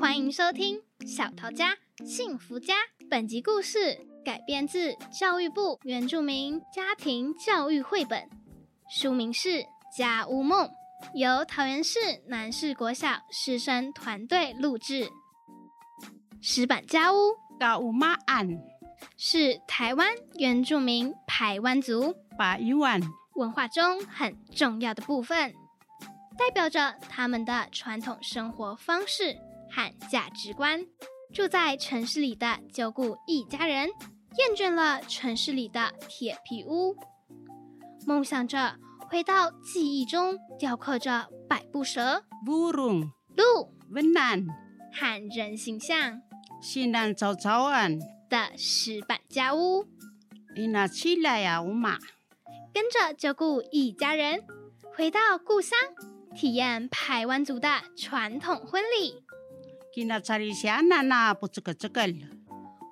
欢迎收听《小桃家幸福家》。本集故事改编自教育部原住民家庭教育绘本，书名是《家屋梦》，由桃园市南市国小师生团队录制。石板家屋高乌马岸是台湾原住民排湾族把一万文化中很重要的部分，代表着他们的传统生活方式和价值观。住在城市里的九谷一家人厌倦了城市里的铁皮屋，梦想着回到记忆中雕刻着百步蛇、 burung 鹿 benan 和人形象 sinan cao cawan 的石板家屋。 ina cila ya uma 跟着九谷一家人回到故乡，体验排湾族的传统婚礼， kina cari siana na pucukal cukal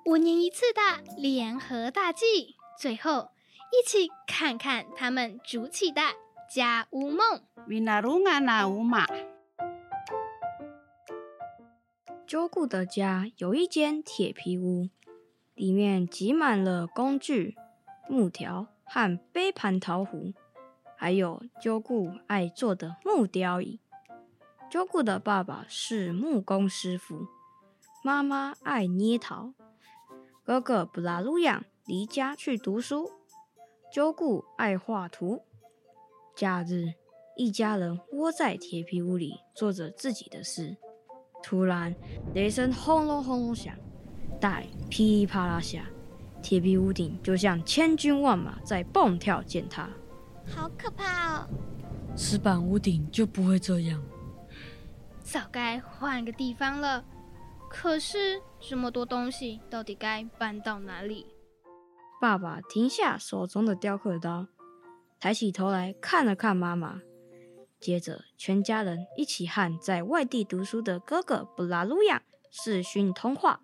五年一次的联合大祭，最后一起看看他们筑起的家屋梦。 winarunga na uma 鸠固的家有一间铁皮屋，里面挤满了工具、木条和杯盘陶壶，还有鸠固爱做的木雕椅。鸠固的爸爸是木工师傅，妈妈爱捏陶，哥哥布拉鲁扬离家去读书，鸠固爱画图。假日，一家人窝在铁皮屋里做着自己的事，突然。雷声轰隆轰隆响，大雨噼里啪啦下，铁皮屋顶就像千军万马在蹦跳践踏。好可怕哦！石板屋顶就不会这样。早该换个地方了。可是这么多东西，到底该搬到哪里？爸爸停下手中的雕刻刀，抬起头来看了看妈妈，接着全家人一起和在外地读书的哥哥布拉鲁亚视讯通话。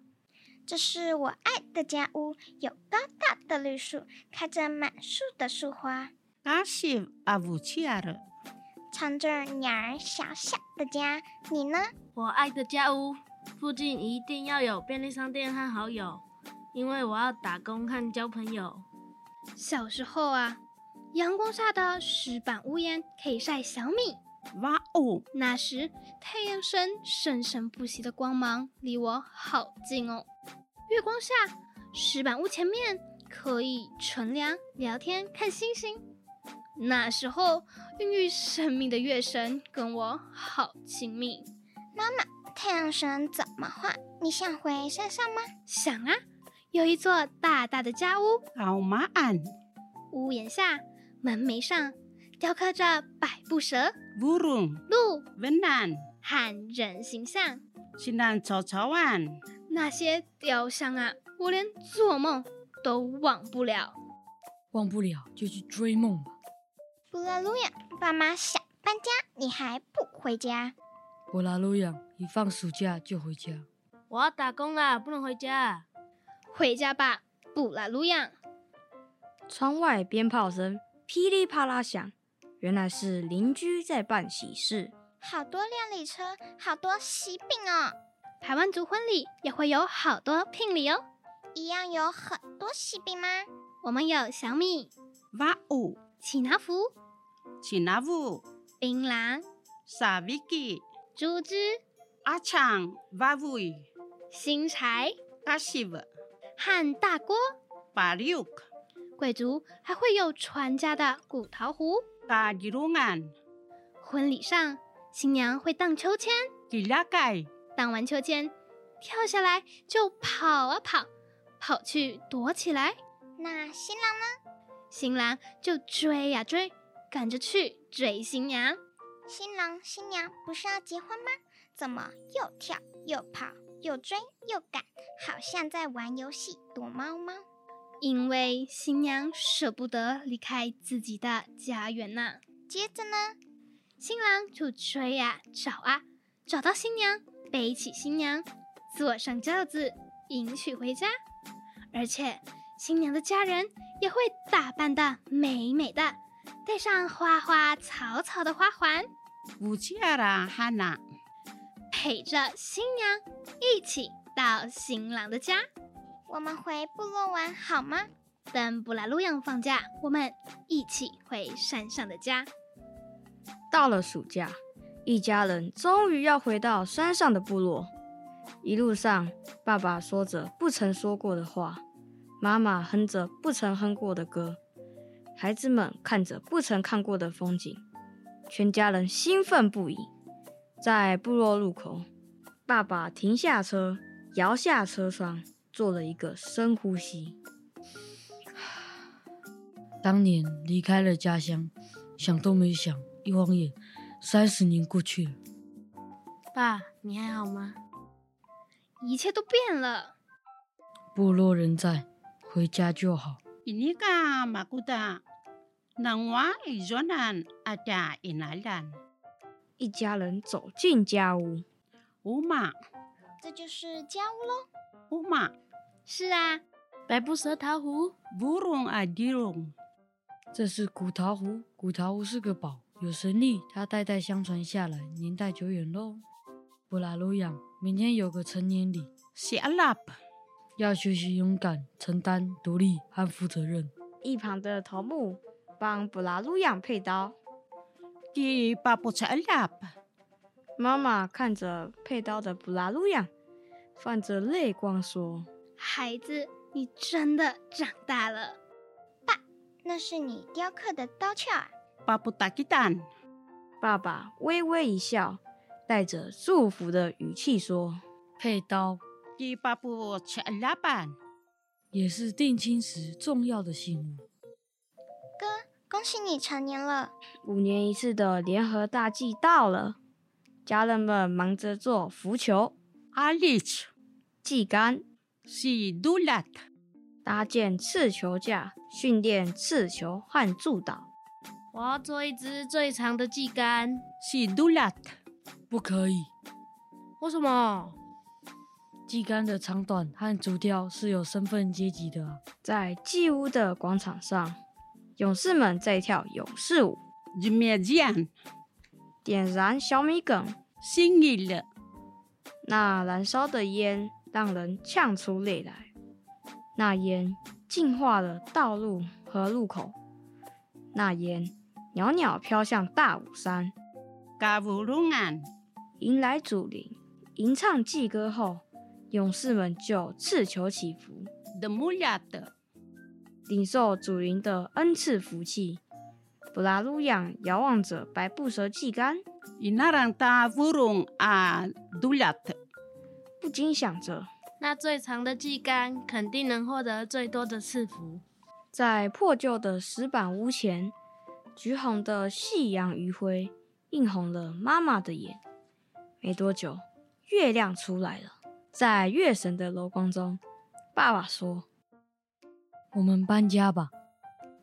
这是我爱的家屋，有高大的绿树，开着满树的树花， kasih avu ciar 藏着鸟儿小小的家。你呢？我爱的家屋附近一定要有便利商店和好友，因为我要打工和交朋友。小时候啊，阳光下的石板屋檐可以晒小米， wa o 那时太阳神生生不息的光芒离我好近哦。月光下，石板屋前面可以乘凉、聊天、看星星。那时候，孕育生命的月神跟我好亲密。太阳神怎么画？你想回山上吗？想啊，有一座大大的家屋， kaumaan 屋檐下、门楣上雕刻着百步蛇、 burung 鹿 benan 和人形象。 sinan cao cawan 那些雕像啊，我连做梦都忘不了。忘不了就去追梦吧。布拉路亚，爸妈想搬家，你还不回家？我拉路亚一放暑假就回家。我要打工啦，不能回家。回家吧，布拉鲁扬。窗外鞭炮声噼里啪啦响，原来是邻居在办喜事。好多料理车，好多喜饼哦，台湾族婚礼也会有好多聘礼哦。一样有很多喜饼吗？我们有小米、 wa o 祈拿福、 cinavu 槟榔、 saviki 猪汁、 acang wavui 新柴 kasih 和大锅。 pariuk 贵族还会有传家的古陶壶。 kajirungan 婚礼上，新娘会荡秋千， kilakai 荡完秋千跳下来就跑啊跑，跑去躲起来。那新郎呢？新郎就追呀、追，赶着去追新娘。新郎新娘不是要结婚吗？怎么又跳又跑又追又赶，好像在玩游戏躲猫猫？因为新娘舍不得离开自己的家园呐、接着呢？新郎就追呀、找啊，找到新娘，背起新娘，坐上轿子，迎娶回家。而且新娘的家人也会打扮的美美的，戴上花花草草的花环， Buciara Hana 陪陪着新娘一起到新郎的家。我们回部落玩好吗？等布拉路漾放假，我们一起回山上的家。到了暑假，一家人终于要回到山上的部落。一路上，爸爸说着不曾说过的话，妈妈哼着不曾哼过的歌，孩子们看着不曾看过的风景，全家人兴奋不已。在部落路口，爸爸停下车，摇下车窗，做了一个深呼吸。当年离开了家乡，想都没想，一晃眼，三十年过去了。爸，你还好吗？一切都变了。部落人在，回家就好。 Ini ka makuta. Nangwa izonan ada inalan. 一家人走进家屋， Uma, 这就是家务喽。 uma, 是啊，白布蛇桃湖， burung adirung. 这是古桃湖，古桃湖是个宝，有神力，它代代相传下来，年代久远喽。布拉鲁养，明天有个成年礼， Si alap. 要学习勇敢、承担、独立和负责任。一旁的头目帮布拉路漾配刀， Di papus alap. 妈妈看着配刀的布拉路漾，泛着泪光说孩子，你真的长大了。那是你雕刻的刀鞘啊！ Paputakitan.：“ 爸爸微微一笑，带着祝福的语气说配刀 Di papus alapan. 也是定亲时重要的信物。恭喜你成年了，：‘五年一次的联合大祭到了，家人们忙着做浮球、 Alich. 祭竿、 Si dulat. 搭建刺球架、训练刺球和助导。我要做一只最长的祭竿。 Si dulat. 不可以，为什么？祭竿的长短和竹雕是有身份阶级的啊、在祭屋的广场上，勇士们在跳勇士舞， Jmezian. 点燃小米梗 Singil. 那燃烧的烟让人呛出泪来，那烟净化了道路和路口，那烟袅袅飘向大武山， Kavurungan. 迎来祖灵。吟唱祭歌后，勇士们就赤求祈福， Demulat. 领受祖灵的恩赐福气。布拉路漾遥望着白布蛇祭竿， Inarang ta burung a dulat. 不禁想着，那最长的祭竿肯定能获得最多的赐福。在破旧的石板屋前，橘红的夕阳余晖映红了妈妈的眼。没多久，月亮出来了，在月神的柔光中，爸爸说我们搬家吧，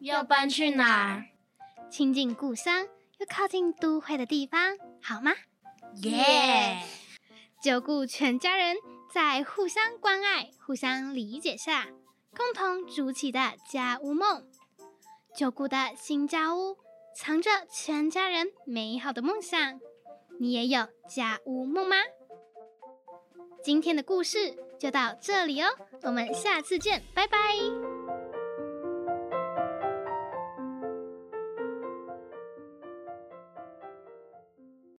要搬去哪儿？亲近故乡又靠近都会的地方，好吗？耶！九顾全家人在互相关爱、互相理解下，共同筑起的家屋梦。九顾的新家屋藏着全家人美好的梦想，你也有家屋梦吗？今天的故事就到这里哦，我们下次见，拜拜。